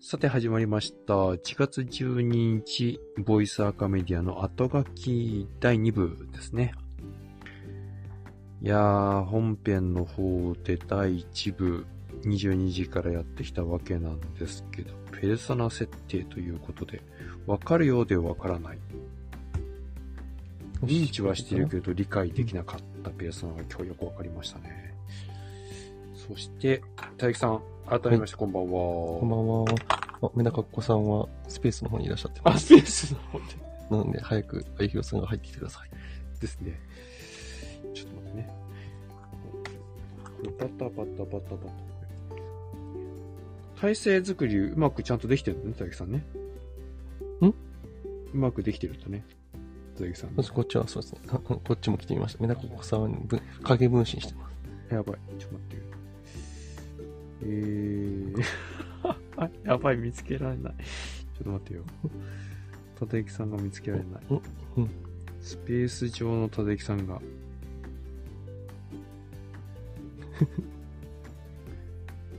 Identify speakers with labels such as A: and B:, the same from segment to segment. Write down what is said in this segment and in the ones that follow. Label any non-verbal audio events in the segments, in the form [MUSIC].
A: さて始まりました。1月12日、ボイスアカメディアの後書き第2部ですね。いやー、本編の方で第1部、22時からやってきたわけなんですけど、ペルソナ設定ということで、わかるようでわからない。認知はしてるけど理解できなかったペルソナが今日よくわかりましたね。そして、大木さん、改めまして、こんばんは。
B: こんばんは。あ、メダカッコさんはスペースの方にいらっしゃって
C: あ、スペースの方で。
B: なので、早く、あゆひろさんが入ってきてください。
A: ですね。ちょっと待ってね。これバタバタバタバタ。体制作り、うまくちゃんとできてるんだね、大木さんね。
B: ん
A: うまくできてるんだね。大木さん、ね。。
B: こっちは、そうですね。こっちも来てみました。メダカッコさんは、影分身してます
A: やばい。ちょっと待って。えー、 [LAUGHS] やばい、見つけられない。ちょっと待ってよ。たてゆきさんが見つけられない。スペース上のたてゆきさんが。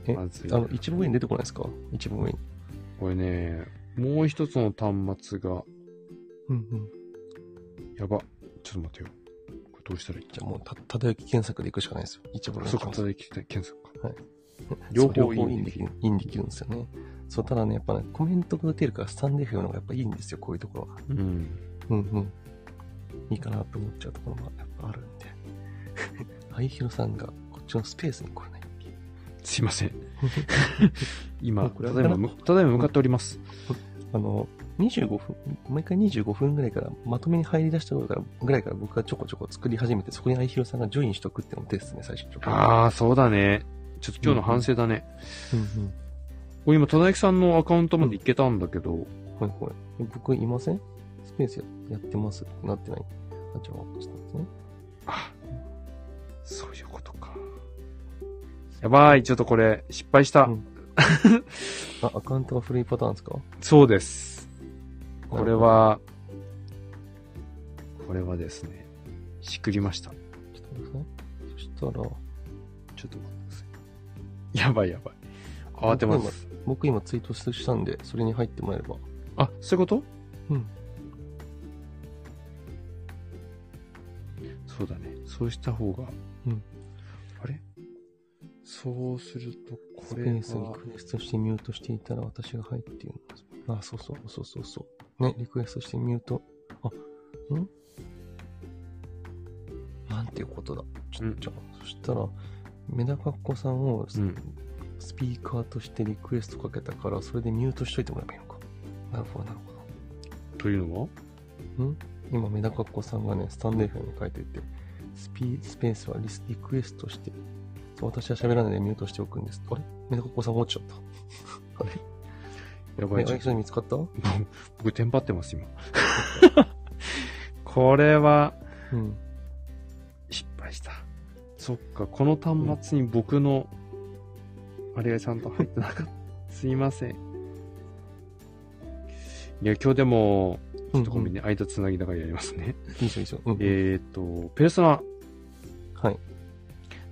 B: え、まずいあの、一番上に出てこないですか一番上に。
A: これね、もう一つの端末が。
B: うんうん。
A: やば。ちょっと待ってよ。これどうしたらいい
B: じゃあもうた、たてゆき検索でいくしかないですよ。一番上
A: に。そうか、たてゆき検索
B: か。はい。
A: 両方イン
B: できる。インできるんですよね。そう、ただね、やっぱね、コメントが打てるからスタンデフのがやっぱいいんですよ、こういうところは。
A: うん。
B: うんうん。いいかなと思っちゃうところもやっぱあるんで。 [LAUGHS] あいひろさんがこっちのスペースに来れない。
A: すいませ [LAUGHS] ん。今、ただいま、ただいま向かっております。
B: あの、25分、毎回25分ぐらいから、まとめに入り出したぐらいから、ぐらいから僕がちょこちょこ作り始めて、そこにあいひろさんがジョインしとくっての手ですね、最初。
A: ああ、そうだね。ちょっと今日の反省だね。
B: うんうん。
A: これ今、ただゆきさんのアカウントまで行けたんだけど。うん、
B: はいはい。僕いませんスペースややってますってなってない。あ、じゃあ、ちょっと待ってね。
A: あ、そういうことか。やばい、ちょっとこれ、失敗した。うん、
B: あ、アカウントが古いパターンですか
A: そうです。これは、これはですね、しくりました。
B: ちょっと待ってください。そしたら、ちょっ
A: と待って。やばいやばい。慌てます。
B: 僕今ツイートしたんで、それに入ってもらえれば。
A: あ、そういうこと
B: うん。
A: そうだね。そうした方が。
B: うん。
A: あれそうすると、これ
B: は。スペースリクエストしてミュートしていたら私が入っているあ、そうそうそうそうそう。ね、リクエストしてミュート。あ、んなんていうことだ。ちょっと、うん、そしたら、メダカッコさんをスピーカーとしてリクエストかけたから、それでミュートしといてもらえばいいのか。なるほど、なるほ
A: ど。というのは
B: ん今、メダカッコさんがね、スタンド F に書いてて、スピスペースはリスリクエストして、私は喋らないでミュートしておくんです。あれメダカッコさん落ちちゃった。あれ
A: やばい
B: じゃん。人見つかった
A: 僕、テンパってます、 [LAUGHS] 今。これは、
B: うん、
A: 失敗した。そっか、この端末に僕の、あれがちゃんと入ってなかった。 [LAUGHS] すいません。いや、今日でも、ちょっとごめんね、間つなぎながらやりますね。
B: いいでしょ、いいでしょ。
A: えっと、ペルソナ。
B: はい。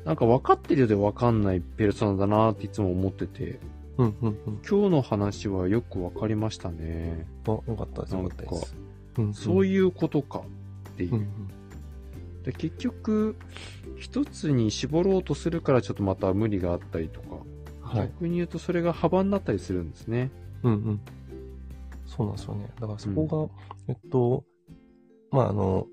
A: なんか分かってるようで分かんないペルソナだなっていつも思ってて、
B: うんうんうん、
A: 今日の話はよく分かりましたね。
B: あ、よかったです。
A: なんか、そういうことかっていう。で結局一つに絞ろうとするからちょっとまた無理があったりとか、はい、逆に言うとそれが幅になったりするんですね
B: うんうんそうなんですよねだからそこが、うん、えっとまああの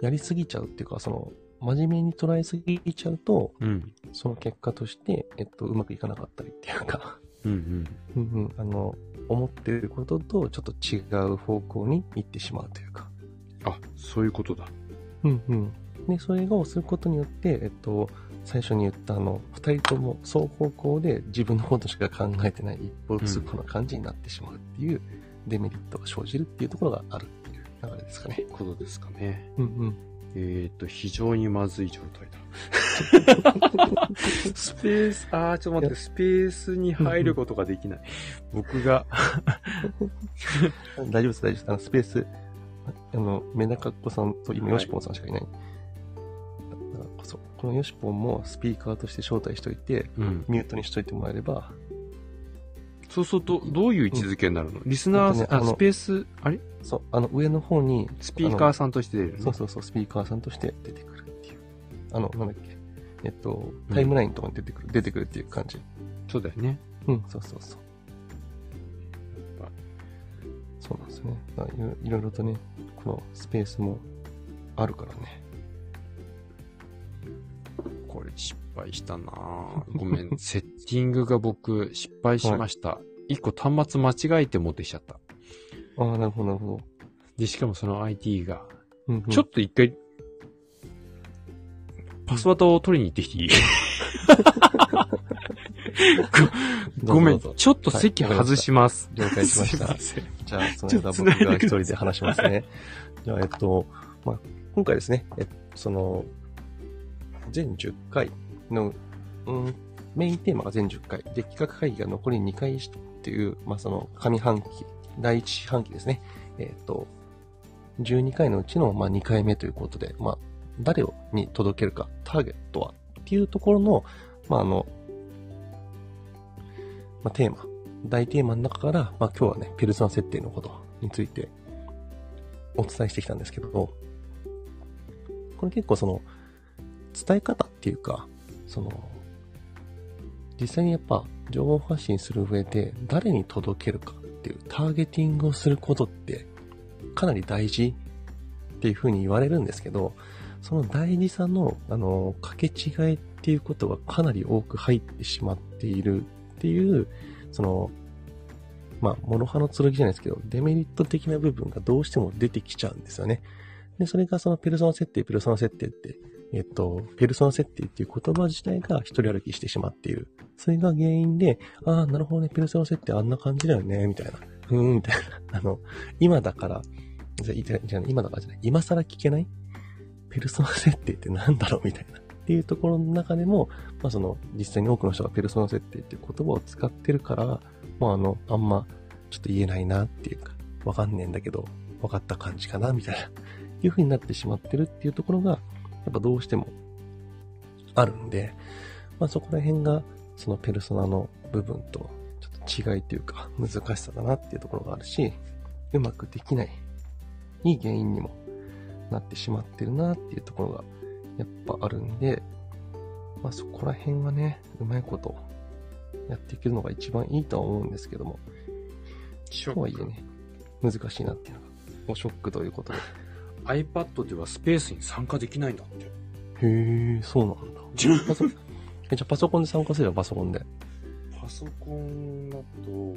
B: やりすぎちゃうっていうかその真面目に捉えすぎちゃうと、
A: うん、
B: その結果として、えっと、うまくいかなかったりっていうか
A: うん
B: うんうん [LAUGHS] うんあの思ってることとちょっと違う方向に行ってしまうというか
A: あそういうことだ
B: うんうん。で、それをすることによって、えっと、最初に言ったあの、二人とも双方向で自分のことしか考えてない一方通行な感じになってしまうっていうデメリットが生じるっていうところがあるっていう流れですかね。
A: ことですかね。
B: うんうん。
A: えっと、非常にまずい状態だ。スペース、あー、ちょっと待って、スペースに入ることがで [LAUGHS] きない。僕が。
B: [LAUGHS] 大丈夫です、大丈夫です。あの、スペース、あの、メダカッコさんと今、ヨシポンさんしかいない。はい、だからこそ、このヨシポンもスピーカーとして招待しといて、うん、ミュートにしといてもらえれば、
A: そうすると、どういう位置づけになるの、リスナーさん、
B: えっとねあ
A: あ
B: の
A: スペース、あれ
B: そう、あの、上の方に、
A: スピーカーさんとして出る
B: あ
A: の
B: のそうそうそう、スピーカーさんとして出てくるっていう。あの、なんだっけ。えっと、タイムラインとかに出てくる、出てくるっていう感じ。
A: そうだよね。
B: うん、そうそうそう。そうなんですね。だからいろいろいろとね、このスペースもあるからね。
A: これ失敗した [LAUGHS] なぁごめん、セッティングが僕失敗しました。一、個端末間違えて持ってきちゃった。
B: ああ、なるほど、なるほど。
A: で、しかもその IT が、
B: うんうん、
A: ちょっと一回、パスワードを取りに行ってきていい [LAUGHS]
B: どうぞ
A: ごめん、
B: どうぞ
A: ちょっと席外します。
B: 了解しました。
A: すいま
B: じゃあ、その
A: ちょっと
B: 間僕が
A: 繋いでくだ
B: 一
A: さい
B: 人で話しますね。 [LAUGHS] じゃあ、えっと、まあ、今回ですね、えその、全10回の、うん、メインテーマが全10回、で、企画会議が残り2回っていう、まあ、その、上半期、第1四半期ですね、えっと、12回のうちの、まあ、2回目ということで、まあ、誰をに届けるか、ターゲットはっていうところの、まあ、あの、まあ、テーマ、大テーマの中から、まあ、今日はね、ペルソナ設定のことについてお伝えしてきたんですけど、これ結構その、伝え方っていうか、その、実際にやっぱ情報発信する上で誰に届けるかっていうターゲティングをすることってかなり大事っていうふうに言われるんですけど、その大事さの、あの、掛け違いっていうことがかなり多く入ってしまっているっていう、その、まあ、諸刃の剣じゃないですけど、デメリット的な部分がどうしても出てきちゃうんですよね。で、それがそのペルソナ設定、ペルソナ設定って、えっと、ペルソナ設定っていう言葉自体が一人歩きしてしまっている。それが原因で、ああ、なるほどね、ペルソナ設定あんな感じだよね、みたいな。うーん、みたいな。あ [LAUGHS] の、今だから、じゃ、いじゃあ今だからじゃない、今更聞けないペルソナ設定ってなんだろうみたいな。っていうところの中でも、まあその、実際に多くの人がペルソナ設定っていう言葉を使ってるから、まああの、あんま、ちょっと言えないなっていうか、わかんねえんだけど、わかった感じかな、みたいな、 [LAUGHS] いう風になってしまってるっていうところが、やっぱどうしても、あるんで、まあそこら辺が、そのペルソナの部分と、ちょっと違いというか、難しさだなっていうところがあるし、うまくできない、いい原因にもなってしまってるなっていうところが、やっぱあるんで、まあそこら辺はね、うまいことやっていけるのが一番いいとは思うんですけども、
A: せん
B: とはいえね、難しいなっていうのが、もうショックということで。
A: iPad ではスペースに参加できないんだって。
B: へえ、そうなんだ。パソえじゃあパソコンで参加すればパソコンで。
A: パソコンだと、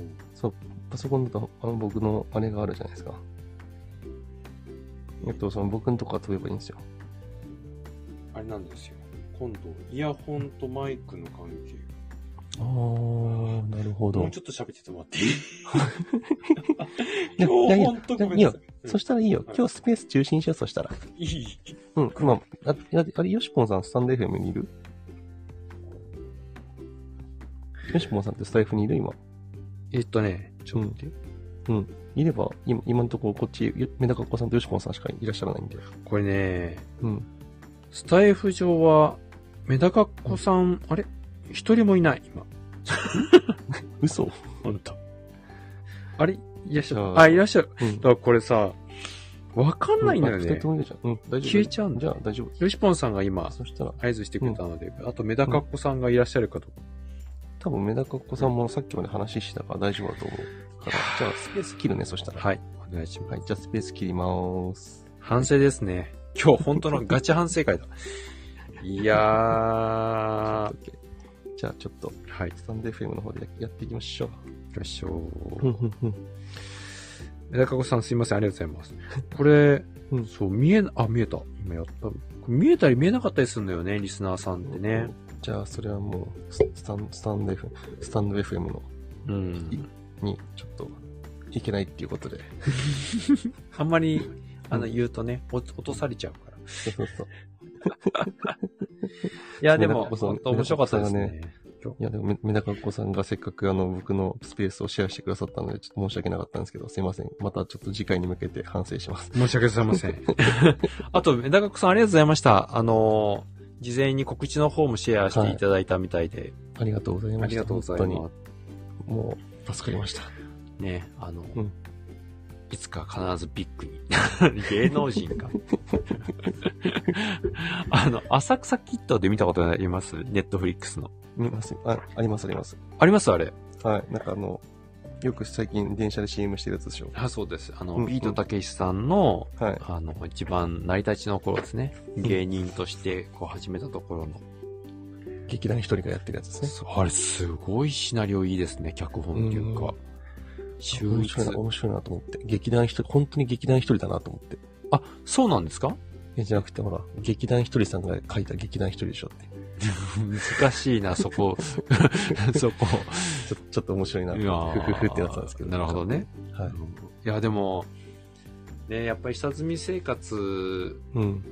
B: パソコンだとあの僕のあれがあるじゃないですか。えっと、その僕のとこが飛べばいいんですよ。
A: あれなんですよ。今度、イヤホンとマイクの関係が
B: あー、なるほ
A: も
B: ど
A: うち。ょっと喋っててもら [LAUGHS] っていい
B: や
A: 今
B: い
A: 日
B: や
A: ほんとごめんなさい。うん
B: そしたらいいよ。今日スペース中心にしよう、そしたら。
A: いい。
B: うん、まあ、ああれ、あれ、ヨシポンさんスタンド FM にいるヨシポンさんってスタイフにいる今。
A: えっとね、ちょっと待ってよ、
B: いれば、今今のところこっち、よメダカっ子さんとヨシポンさんしかいらっしゃらないんで。
A: これね、
B: うん。
A: スタイフ上は、メダカっ子さん、あれ一人もいない、今。
B: 嘘
A: ほんと。あれいらっしゃ
B: じゃ
A: る。
B: あ
A: あ、いらっしゃる。
B: うん
A: だ。からこれさ、わかんないんだよ
B: あ
A: ね
B: 二人と。もいるじゃん。うん、大丈夫。
A: 消えちゃうんだ
B: じゃあ大丈
A: よしぽんさんが今
B: 夫。、そしたら、
A: 合図してくれたので、あとメダカっ子さんがいらっしゃるかと。
B: 多分メダカっ子さんもさっきまで話してたから大丈夫だと思うから。じゃあスペース切るね、そしたら。
A: はい、お願いします。
B: はい、じゃあスペース切りまーす。
A: 反省ですね。今日本当のガチ反省会 [LAUGHS] だ。いやー、は
B: OK。じゃあちょっと、
A: い、
B: スタンド FM の方でやっていきましょ
A: よいしょ
B: う。
A: ー。メダカ子さんすいません、ありがとうございます。これ、
B: うん
A: そう、見えな、あ、見えた。今やった。これ見えたり見えなかったりするのよね、リスナーさんってね。
B: じゃあ、それはもうス、スタン、スタンド FM、スタンド FM の、
A: うん。
B: に、ちょっと、いけないってい
A: [LAUGHS]
B: うことで。
A: あんまり、あの、
B: うん
A: 言うとね、落落とされちゃうから。い
B: そうそうそう。
A: や、で
B: メダ
A: も、
B: カ子さん
A: 本当面白かったです
B: メダ
A: ね。
B: いや、でもメ、メダカっ子さんがせっかくあの、僕のスペースをシェアしてくださったので、ちょっと申し訳なかったんですけど、すいません。またちょっと次回に向けて反省します。
A: 申し訳ございません。 [LAUGHS] あと、メダカ子さんありがとうございました。あのー、事前に告知の方もシェアしていただいたみたいで、
B: ありがとうございました。
A: ありがとうござい
B: 本
A: ます。
B: 当に。もう、助かりました。
A: ね、あの、
B: うん
A: いつか必ずビッグに。 [LAUGHS] 芸能人が。あの、浅草キッドで見たことありますネットフリックスの。
B: 見ますあ、ありますあります。
A: ありますあれ。
B: はい。なんかあの、よく最近電車で CM してるやつでしょ。
A: あ、そうです。あの、
B: うんうん
A: ビートたけしさんの、
B: はい。
A: あの、一番成り立ちの頃ですね。
B: ん
A: 芸人として、こう始めたところの。
B: 劇団一人がやってるやつです
A: そ
B: ね。
A: うあれ、すごいシナリオいいですね、脚本っていうか。秀
B: 面白い
A: 逸
B: な、。面白いなと思って。劇団一人、本当に劇団一人だなと思って。
A: あ、そうなんですか
B: え、じゃなくてほら、劇団ひとりさんが書いた劇団ひとりでしょって。
A: 難しいな、そ [LAUGHS] こ。そこ。
B: ちょちょっと面白いなと
A: いや
B: 思って、
A: ー
B: ふふふってなったんですけど。
A: なるほどね。
B: はい。
A: いや、でも、ね、やっぱり下積み生活、
B: うん。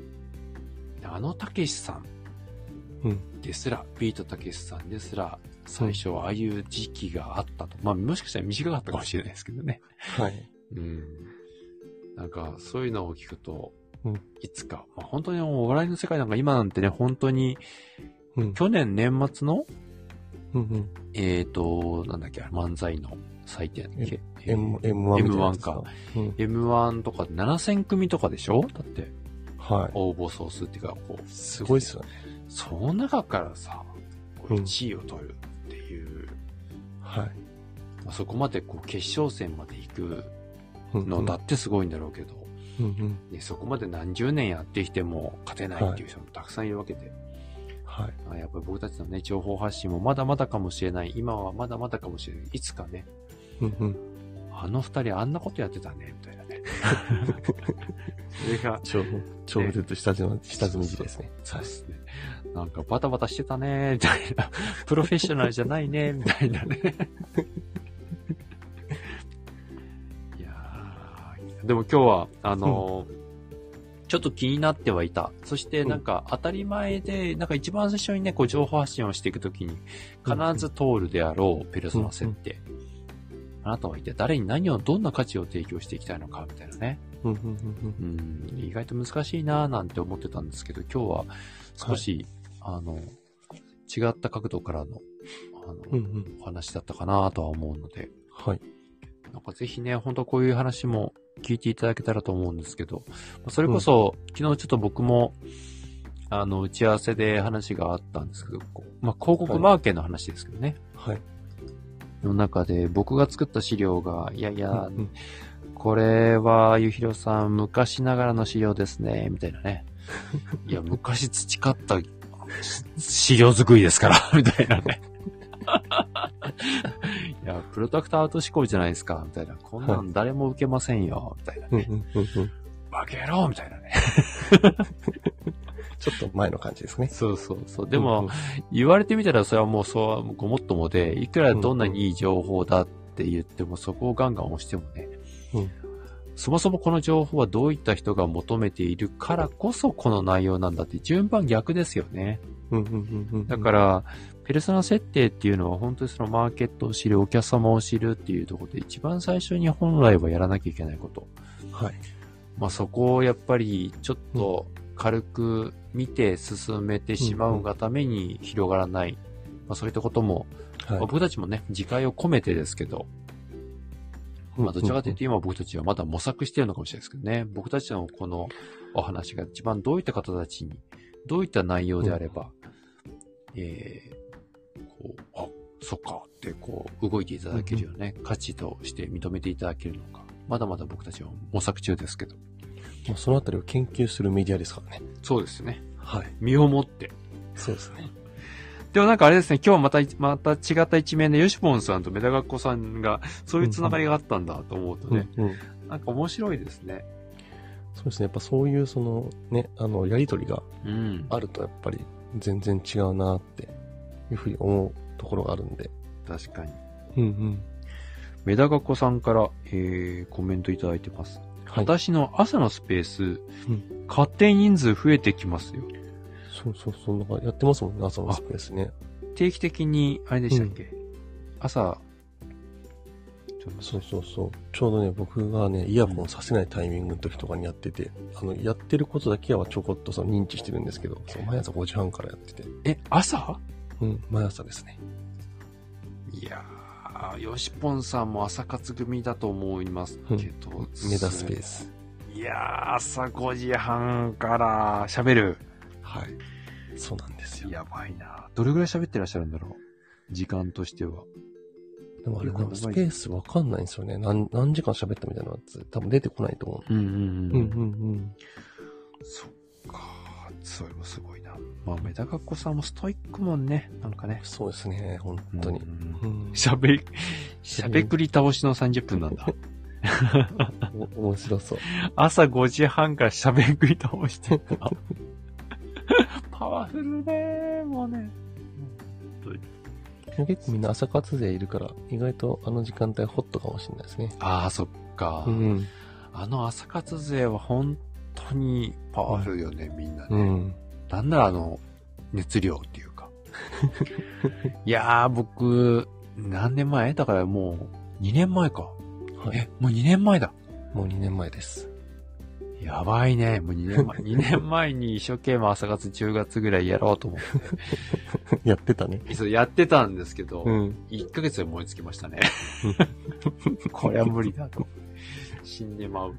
A: あのたけしさん
B: うん
A: ですら、ビートたけしさんですら、最初はああいう時期があったと。まあ、もしかしたら短かったかもしれないですけどね。
B: はい。
A: うん。なんか、そういうのを聞くと、
B: うん
A: いつか、まあ、本当にもうお笑いの世界なんか今なんてね、本当に、
B: うん。
A: 去年年末の、
B: うんうん。
A: えーと、なんだっけ、漫才の祭典だっけ。えー
B: M- M1 みたいなやつで
A: M1
B: す
A: か。
B: うん。
A: M1 とかで7000組とかでしょだって、
B: は
A: 応募総数っていうか、こう、
B: い。すごいっすよね。
A: その中からさ、こう
B: うん
A: 1位を取るっていう、
B: はい。
A: まあ、そこまでこう決勝戦まで行く
B: うんうん
A: のだってすごいんだろうけど、
B: うんうん。
A: ね、そこまで何十年やってきても勝てないっていう人もたくさんいるわけで、
B: はい。
A: あやっぱり僕たちのね、情報発信もまだまだかもしれない、今はまだまだかもしれない、いつかね、
B: うんうん。
A: あの二人あんなことやってたね、みたいなね。それが、
B: 超、超ずっと下積み、下積み時代ですね。
A: そうですね。なんかバタバタしてたね、みたいな。 [LAUGHS] プロフェッショナルじゃないね、みたいなね。 [LAUGHS] いやーでも今日は、あのーちょっと気になってはいた。そしてなんか当たり前で、なんか一番最初にね、こう情報発信をしていくときに、必ず通るであろうペルソナ設定。あなたは一体誰に何をどんな価値を提供していきたいのか、みたいなね。
B: うんうんうん
A: うん、意外と難しいなぁなんて思ってたんですけど、今日は少し、あの、違った角度からの、あの、
B: うん。うんうん。
A: お話だったかなとは思うので、
B: はい。
A: なんかぜひね、本当こういう話も聞いていただけたらと思うんですけど、それこそ、昨日ちょっと僕も、あの、打ち合わせで話があったんですけど、こうまあ、広告マーケの話ですけどね、
B: はい。
A: の中で僕が作った資料が、いやいや、
B: うんうん
A: これは、ゆひろさん、昔ながらの資料ですね、みたいなね。いや、昔培った資料作りですから、 [LAUGHS] みたいなね。いや、プロダクトアウト思考じゃないですか、みたいな。こんなん誰も受けませんよ、みたいな。
B: うんうんうんうん。
A: バケろみたいなね。
B: ちょっと前の感じですね。
A: そうそうそう。でも、、言われてみたらそれはもうそうはごもっともで、いくらどんなにいい情報だって言っても、そこをガンガン押してもね、
B: うん
A: そもそもこの情報はどういった人が求めているからこそこの内容なんだって順番逆ですよね。
B: うんうんうんうん。、
A: だからら、ペルソナ設定っていうのは本当にそのマーケットを知る、お客様を知るっていうところで一番最初に本来はやらなきゃいけないこと。
B: はい。
A: まあ、そこをやっぱりちょっと軽く見て進めてしまうがために広がらない、まあ、そういったことも、まあ
B: は
A: 僕たちもね、自戒を込めてですけど、
B: い。
A: まあ、どちらかというと今僕たちはまだ模索してるのかもしれないですけどね、僕たちのこのお話が一番どういった方たちに、どういった内容であれば、えー、こう、あ、そっかってこう動いていただけるようなね、価値として認めていただけるのか、まだまだ僕たちは模索中ですけど。
B: もうそのあたりを研究するメディアですからね。
A: そうですね。
B: はい。
A: 身をもって。
B: そうですね。
A: でもなんかあれですね、今日また、また違った一面で、ヨシポンさんとメダガッコさんが、そういうつながりがあったんだと思うとね、
B: うんうん。
A: なんか面白いですね。
B: そうですね。やっぱそういうそのね、あの、やりとりが
A: うん。
B: あるとやっぱり全然違うなっていうふうに思うところがあるんで。
A: 確かに。
B: うんうん。
A: メダガッコさんから、えー、コメントいただいてます。
B: はい。
A: 私の朝のスペース、
B: ん
A: 勝手に人数増えてきますよ。
B: そうそうそう。なんかやってますもんね、朝のスペースね。
A: 定期的に、あれでしたっけ、朝、ちょっと
B: そうそうそう。ちょうどね、僕がね、イヤホンさせないタイミングの時とかにやってて、あの、やってることだけはちょこっとその認知してるんですけど、そう毎朝5時半からやってて。
A: え、朝
B: うん、毎朝ですね。
A: いやあー、よしぽんさんも朝活組だと思いますけど、
B: 目指すペース。
A: いやー、朝5時半から喋る。
B: はい。そうなんですよ。
A: やばいな。どれぐらい喋ってらっしゃるんだろう時間としては。
B: でもあれな
A: よ
B: ん
A: く
B: か
A: 考
B: ス
A: え
B: ペースわかんないんですよね。何、何時間喋ったみたいなやつ、多分出てこないと思
A: うんうん
B: う。うんうんうん。
A: そっか。それもすごいな。まあ、メダカっ子さんもストイックもんね。なんかね。
B: そうですね、本当に
A: う。ん
B: うん。
A: 喋り、喋くり倒しの30分なんだ。
B: お面白そう。
A: [LAUGHS] 朝5時半から喋くり倒してるパワフルねもうね。
B: 結構みんな朝活勢いるから、意外とあの時間帯ホットかもしれないですね。
A: ああ、そっか。
B: うん。
A: あの朝活勢は本当にパワフルよね、みんなね。
B: うん。
A: なんならあの、熱量っていう [LAUGHS] か。いやー、僕、何年前だからもう、2年前か。
B: はい。
A: え、もう2年前だ。
B: もう2年前です。
A: やばいね。もう2年 [LAUGHS] 前。2年前に一生懸命朝活10月ぐらいやろうと思っ
B: [LAUGHS] やってたね。
A: て。そうやってたんですけど、
B: うん。
A: 1ヶ月で燃え尽きましたね。これは無理だと。死んでまう。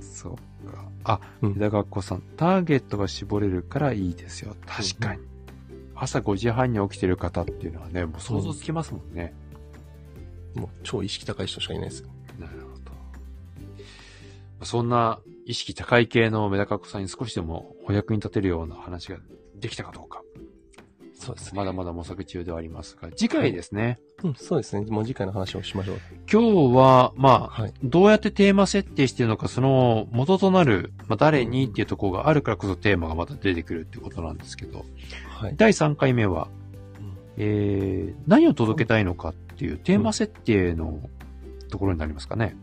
A: そうか。あ、
B: うん
A: 日高っ子さん、ターゲットが絞れるからいいですよ。確かに。朝5時半に起きてる方っていうのはね、もう想像つきますもんね。
B: もう超意識高い人しかいないです。
A: なるほど。そんな意識高い系のメダカっ子さんに少しでもお役に立てるような話ができたかどうか。
B: そうですね。
A: まだまだ模索中ではありますが、次回ですね。
B: うん、そうですね。もう次回の話をしましょう。
A: 今日は、まあ、
B: はい。
A: どうやってテーマ設定してるのか、その元となる、まあ、誰にっていうところがあるからこそテーマがまた出てくるってことなんですけど、
B: はい。
A: 第3回目は、
B: うん
A: えー、何を届けたいのかっていうテーマ設定のところになりますかね。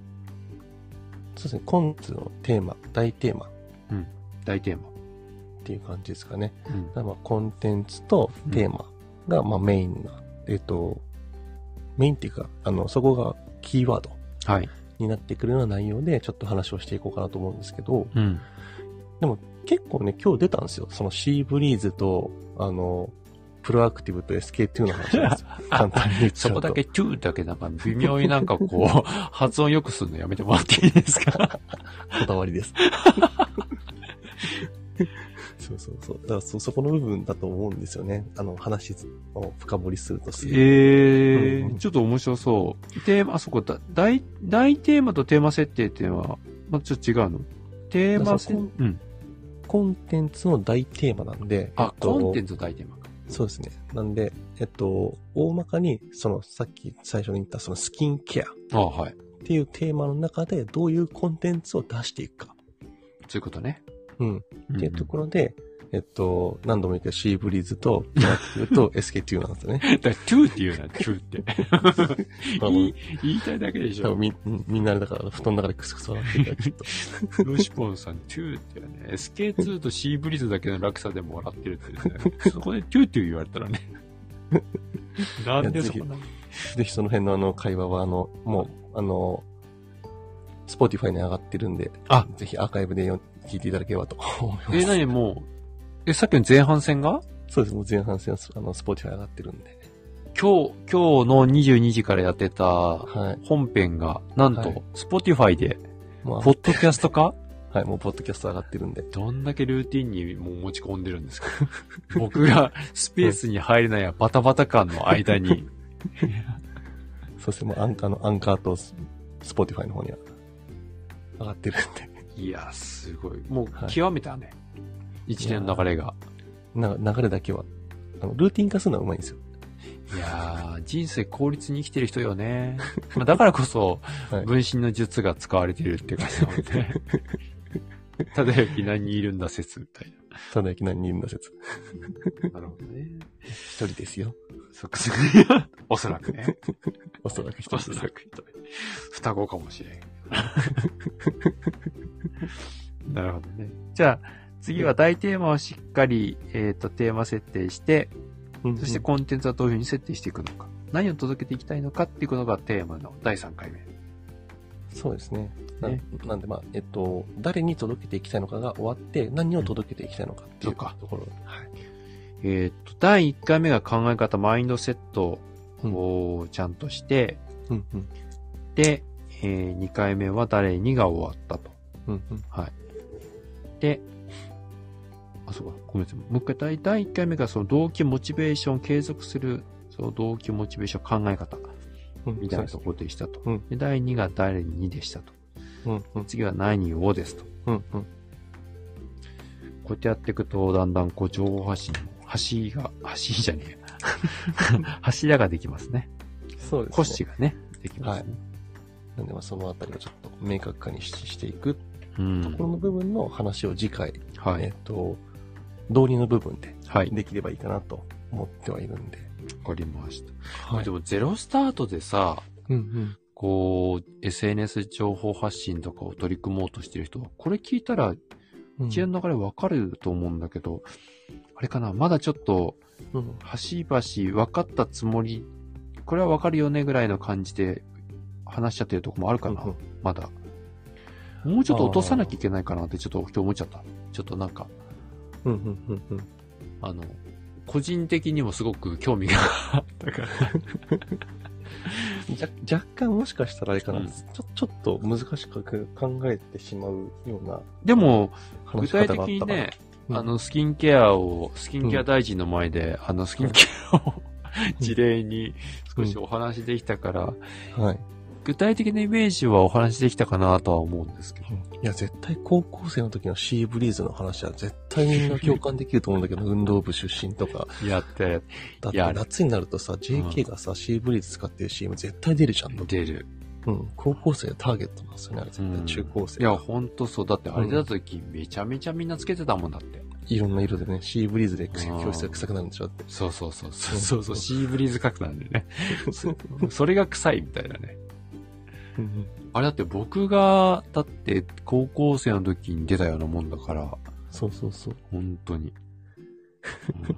B: そうですね。今月のテーマ、大テーマっ
A: 大テーマ。
B: ていう感じですかね。
A: うん
B: だからまあコンテンツとテーマが、まあメインな、えっと、メインっていうか、あの、そこがキーワード
A: はい。
B: になってくるような内容でちょっと話をしていこうかなと思うんですけど、
A: うん。
B: 結構ね、今日出たんですよ。そのシーブリーズと、あの、プロアクティブと SK2 の話なんですよ。
A: [LAUGHS]
B: 簡単に言っちゃ
A: そう
B: と。
A: こだけ、チューだけなんか微妙になんかこ [LAUGHS] う、発音よくするのやめてもらっていいですか
B: こだわりです。 [LAUGHS] そうそうそう。だからそ、そこの部分だと思うんですよね。あの、話を深掘りするとする。
A: [LAUGHS] え
B: うん
A: ちょっと面白そう。テーマ、あそこだ、大、大テーマとテーマ設定っていうのは、まあ、ちょっと違うのテーマ
B: そうそう
A: うん。
B: コンテンツの大テーマなんで。
A: あ、コンテン
B: ツ
A: ツ大テーマか。
B: そうですね。なんで、えっと、大まかに、その、さっき最初に言った、そのスキンケアっ
A: あはい。
B: ていうテーマの中で、どういうコンテンツを出していくか。
A: そういうことね。
B: うん。っていうところで、えっと、何度も言ったシーブリーズと、プラクティブと SK2 なんですよ
A: [LAUGHS]
B: ね。
A: ろ。だから、トゥーって言うな、トゥーって。
B: 多
A: 言
B: 分
A: い、言いたいだけでし
B: 多
A: ょ
B: 分。みみんなだから布団の中でクスクス笑ってるからきっと。
A: ロシポンさん、トゥーってね、SK2 とシーブリーズだけの落差でも笑ってるって、ね、そこでトゥーって言われた
B: [LAUGHS]
A: らね。なんでそこなの
B: ぜひその辺のあの会話はあの、もう、あの、スポーティファイに上がってるんで、
A: あ
B: ぜひアーカイブでよ聞いていただければと思います。
A: え、なにもう、え、さっきの前半戦が
B: そうです。もう前半戦はあの、スポーティファイ上がってるんで。
A: 今日、今日の22時からやってた
B: はい。
A: 本編が、なん
B: は
A: と
B: い、
A: スポティファイで、
B: もうあ
A: ポッドキャスト化
B: はい、もうポッドキャスト上がってるんで。
A: どんだけルーティンにもう持ち込んでるんですか僕がスペースに入れないやバタバタ感の間に。
B: そしてもうアンカーの、アンカーとススポーティファイの方には上がってる [LAUGHS] んで。
A: いや、すごい。もう
B: はい
A: 極めたね。一年の流れが。
B: な、流れだけは。あの、ルーティン化するのはうまいんですよ。
A: いやー、人生効率に生きてる人よ [LAUGHS] ね。まあだからこそ、
B: はい
A: 分身の術が使われてるって感じなの [LAUGHS] で。ただよき何人いるんだ説みたい
B: ただいきなり人の説。
A: な。なるほどね。
B: 一人ですよ。
A: そっか、 [LAUGHS] おそらくね。
B: おそらく一人
A: お
B: です
A: そ
B: よ
A: ら。く双子かもしれん。 [LAUGHS] なるほどね。じゃあ、次は大テーマをしっかり、えっ、と、テーマ設定して、
B: うん
A: そしてコンテンツはどういうふうに設定していくのか、何を届けていきたいのかっていうことがテーマの第3回目。
B: そうですね。な
A: ね
B: なんで、まあ、えっと、誰に届けていきたいのかが終わって、何を届けていきたいのかってい
A: そううか
B: ところ。はい。
A: えっ、と、第1回目が考え方、マインドセット
B: うん
A: をちゃんとして、
B: うんうん
A: で、え2回目は誰にが終わったと。
B: うんうん
A: で、あ、そうか、ごめんなさい。もう一回、第第一回目がその動機、モチベーション、継続する、その動機、モチベーション、考え方、
B: うん
A: みたいなところでしたと。
B: うん
A: で、第2が誰にでしたと。
B: うんうん
A: 次は何をですと。
B: うんうん
A: こうやってやっていくと、だんだん、こう、情報発信、橋が、橋じゃねえや。
B: [LAUGHS]
A: 柱ができますね。
B: そうですね。
A: 骨子がね、できますね。
B: なんでまあそのあたりをちょっと明確化にししていく
A: う
B: ところ
A: ん。
B: の部分の話を次回、
A: は
B: え
A: い
B: っ。と、道理の部分で
A: はい。
B: できればいいかなと思ってはいるんで。
A: わかりました。
B: は
A: でも、ゼロスタートでさ、
B: うんうん。
A: こう、SNS 情報発信とかを取り組もうとしてる人は、これ聞いたら
B: うん
A: 一連の流れわかると思うんだけど、あれかな、まだちょっと、
B: うん
A: 端々分かったつもり、これはわかるよねぐらいの感じで話しちゃってるとこもあるかな、
B: うんうん
A: まだ。もうちょっと落とさなきゃいけないかなってちょっと今日思っちゃった。ちょっとなんか、
B: うんうんうんうん。
A: あの、個人的にもすごく興味があったから。
B: じゃ若干もしかしたらあれかな、
A: うん
B: ちょちょっと難しく考えてしまうような
A: で [LAUGHS] も、具
B: 話し
A: 体
B: 方
A: 的
B: があっ
A: に
B: たから。
A: ね、
B: うん
A: あの、スキンケアを、スキンケア大臣の前で、あの、スキンケア [LAUGHS] を事例に少しお話できたから、
B: はい。
A: 具体的なイメージはお話できたかなとは思うんですけど。
B: いや、絶対高校生の時のシーブリーズの話は絶対みんな共感できると思うんだけど、運動部出身とか。
A: やって、
B: だ
A: い
B: って
A: や
B: 夏になるとさ、JK がさ、シーブリーズ使ってる CM 絶対出るじゃん。
A: 出る。
B: うん。高校生がターゲットなんですよね、あれ絶
A: う
B: 対。
A: ん
B: 中高生。
A: いや、ほんとそう。だって、あれだ時、めちゃめちゃみんなつけてたもんだって。
B: いろんな色でね、シーブリーズで
A: うん
B: 教室が臭くなるんでしょって。 [LAUGHS]
A: そうそうそう。そうそうそう。シーブリーズ書くなんで [LAUGHS] ね。それが臭いみたいなね。
B: うん
A: あれだって僕が、だって、高校生の時に出たようなもんだから、
B: そうそうそう。
A: 本当に。うん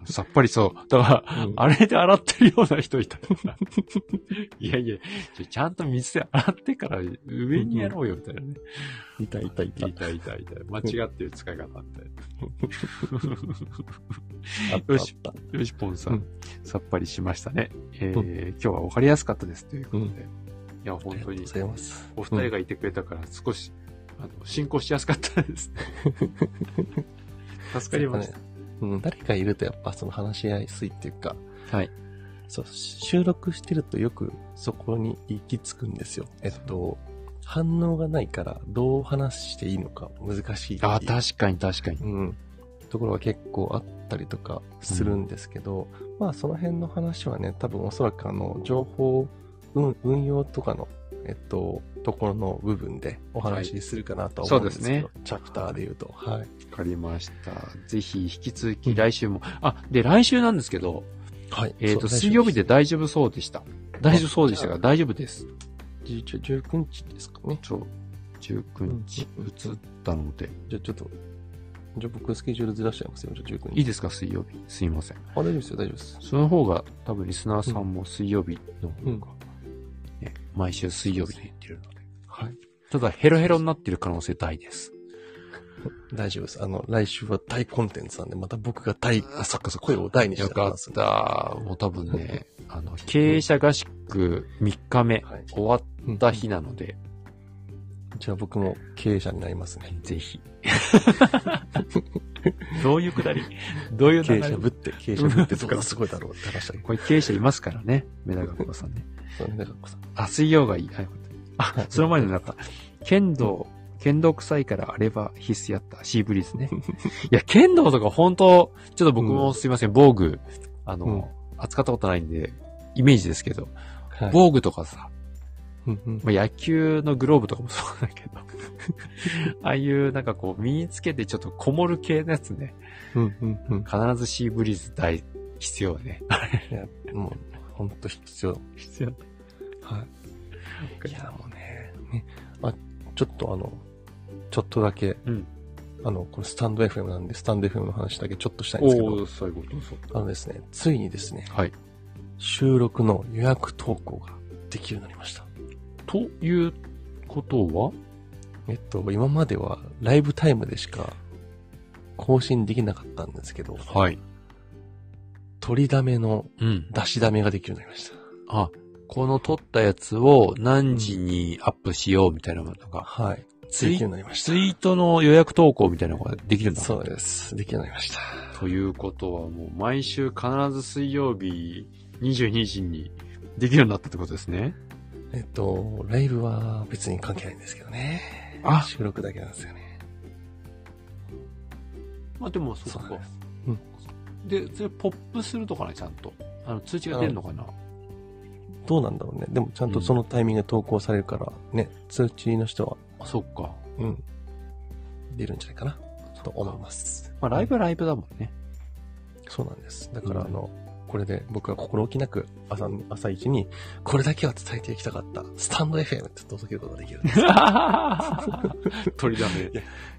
A: さっぱりそう。だから、
B: うん
A: あれで洗ってるような人いたよないやいや、ちょちゃんと水で洗ってから上にやろうよ、みたいなね。
B: いたいたいた
A: い。たいたいた。間違ってる使い方みたい
B: あったあった。
A: な。
B: [LAUGHS]
A: よし、ポンさん,、
B: うん
A: さっぱりしましたね。えー今日は分かりやすかったです。ということで。
B: うん
A: いや、本当
B: あり
A: に
B: がとうご、ざいます。
A: お二人がいてくれたから少し、あの、進行しやすかったです
B: [LAUGHS]
A: ね。助かりました。
B: うん、誰かいるとやっぱその話し合いやすいっていうか、
A: はい。
B: そう、収録してるとよくそこに行き着くんですよ。えっと、反応がないからどう話していいのか難しいっていう
A: あ、確かに確かに。
B: うん、ところが結構あったりとかするんですけど、まあその辺の話はね、多分おそらくあの、情報運運用とかの、えっと、ところの部分でお話しするかなとは思うんですけど、
A: はいそう
B: チャプターで言うと。はい。
A: わかりました。ぜひ、引き続き来週も。あ、で、来週なんですけど、
B: はい。
A: えっ、と、
B: そう
A: 水曜日で。大丈夫そうでした。大丈夫そうでしたが、大丈夫です。
B: 大丈夫ですじゅ19日ですかね。
A: そう。19日、
B: うん
A: 映ったので。
B: じゃあちょっと、じゃあ僕スケジュールずらしちゃいますよ。じゃあ19日。
A: いいですか、水曜日。すいません。
B: あ、大丈夫ですよ、大丈夫です。
A: その方が、多分リスナーさんも水曜日の方が、ね毎週水曜日で言ってるので。
B: はい。
A: ただ、ヘロヘロになってる可能性大です。
B: 大丈夫です。あの、来週は大コンテンツなんで、また僕が大、あ、そっかそっか、声を大にして
A: よかっ
B: 話すんで
A: た。もう多分ね、あの、経営者合宿3日目、
B: はい。
A: 終わった日なので、
B: じゃあ僕も経営者になりますね。
A: ぜひ。 [LAUGHS] どういうくだり [LAUGHS] どういう
B: 経
A: 流
B: 営者
A: れ
B: ぶって、経営者ぶって、
A: そ
B: ど
A: う
B: こがすごいだろうって話だけど。
A: これ経営者いますからね、メダ学校さん [LAUGHS] ね。
B: そうね、だからこそ
A: あ、水曜がいい。はい、あ、その前のなった。剣道、剣道臭いからあれば必須やった。シーブリー [LAUGHS] ズね。いや、剣道とか本当ちょっと僕もすいません、防具、あの、
B: うん
A: 扱ったことないんで、イメージですけど、
B: はい。
A: 防具とかさ、
B: うんうん
A: まあ、野球のグローブとかもそうだ [LAUGHS] けど、ああいうなんかこう身につけてちょっとこもる系のやつね、
B: うんうんうん
A: 必ずシーブリーズ大必要だね。
B: いや、もう、ほんと必要。
A: 必要
B: はい。いや、もうね、ね、あ、ちょっとあの、ちょっとだけ、
A: うん
B: あの、これスタンド FM なんで、スタンド FM の話だけちょっとしたいん
A: お
B: ですけど、
A: ー、そういうこと、そう。
B: あのですね、ついにですね、
A: はい。
B: 収録の予約投稿ができるようになりました。
A: ということは
B: えっと、今まではライブタイムでしか更新できなかったんですけど、
A: はい。
B: 取りだめの
A: うん。
B: 出しだめができるようになりました。
A: あ、この撮ったやつを何時にアップしようみたいなのが、
B: はい。
A: ツイ
B: できるようになりまし
A: ツイートの予約投稿みたいなのができるん
B: た。
A: だ。
B: そうです。できるようになりました。
A: ということはもう毎週必ず水曜日22時にできるようになったってことですね。
B: えっと、ライブは別に関係ないんですけどね。
A: あ
B: 収録だけなんですよね。
A: まあでもそ
B: そう
A: っ
B: な
A: か
B: んです。
A: で、それポップするとかね、ちゃんと。あの、通知が出るのかな、
B: どうなんだろうね。でもちゃんとそのタイミングで投稿されるから、ね、通知の人は、
A: あ、そっか。
B: うん、出るんじゃないかな、と思います。
A: まあライブはライブだもん [LAUGHS] ね。
B: そうなんです。だから、
A: うん
B: あの、これで僕は心置きなく朝、朝一に、これだけは伝えていきたかった、スタンド FM って届けることができる。い
A: 取りだめ。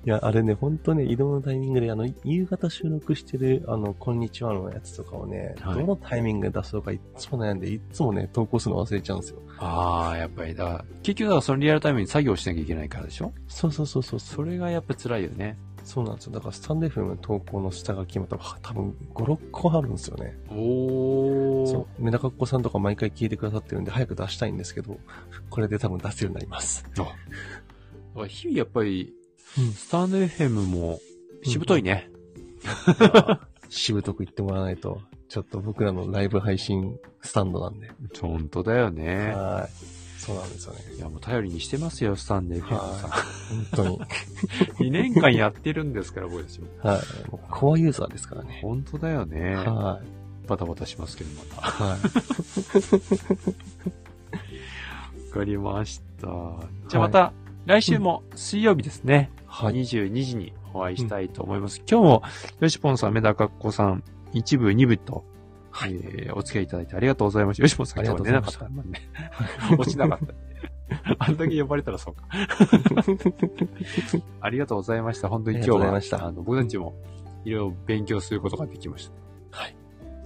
B: や、あれね、ほんとね、移動のタイミングで、あの、夕方収録してる、あの、こんにちはのやつとかをね、
A: はい
B: どのタイミングで出すのかいっつも悩んで、いっつもね、投稿するの忘れちゃうんですよ。
A: ああ、やっぱりだから。結局だからそのリアルタイムに作業しなきゃいけないからでしょ
B: そうそうそうそう、そ
A: それがやっぱ辛いよね。
B: そうなんですよ。だから、スタンド FM の投稿の下書きも多分、多分5、6個あるんですよね。
A: お
B: そう。メダカっ子さんとか毎回聞いてくださってるんで、早く出したいんですけど、これで多分出せるようになります。
A: そう。日々やっぱり、
B: うん
A: スタンド FM も、しぶといね。
B: [LAUGHS] しぶとく言ってもらわないと、ちょっと僕らのライブ配信スタンドなんで。
A: 本当だよね。
B: はい。そうなんですよね。
A: いや、もう頼りにしてますよ、スタンド FM さん。
B: はい。本当に。
A: 2年間やってるんですから、僕たち [LAUGHS] も。
B: はい。もうコアユーザーですからね。
A: 本当だよね。
B: はい。
A: バタバタしますけど、また。わ
B: はい。
A: かりました。じゃあまた、来週も水曜日ですね。
B: はい。
A: 22時にお会いしたいと思います。今日も、よしぽんさん、めだかっこさん、一部、二部と、
B: はい
A: えーお付き合いいただいてありがとうございました。よしぽんさん、今日は寝なかった。
B: あ
A: まあね、 [LAUGHS] 落ちなかった。 [LAUGHS] あんだけ呼ばれたら [LAUGHS] そうか。ありがとうございました。本当に今日は、
B: ありがとうございました
A: の僕たちも、いろいろ勉強することができました。
B: はい。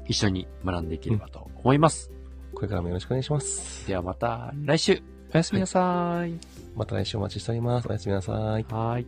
A: 一緒に学んでいければと思います。
B: これからもよろしくお願いします。
A: ではまた来週、おやすみなさい。
B: また来週お待ちしております。おやすみなさい。
A: はい。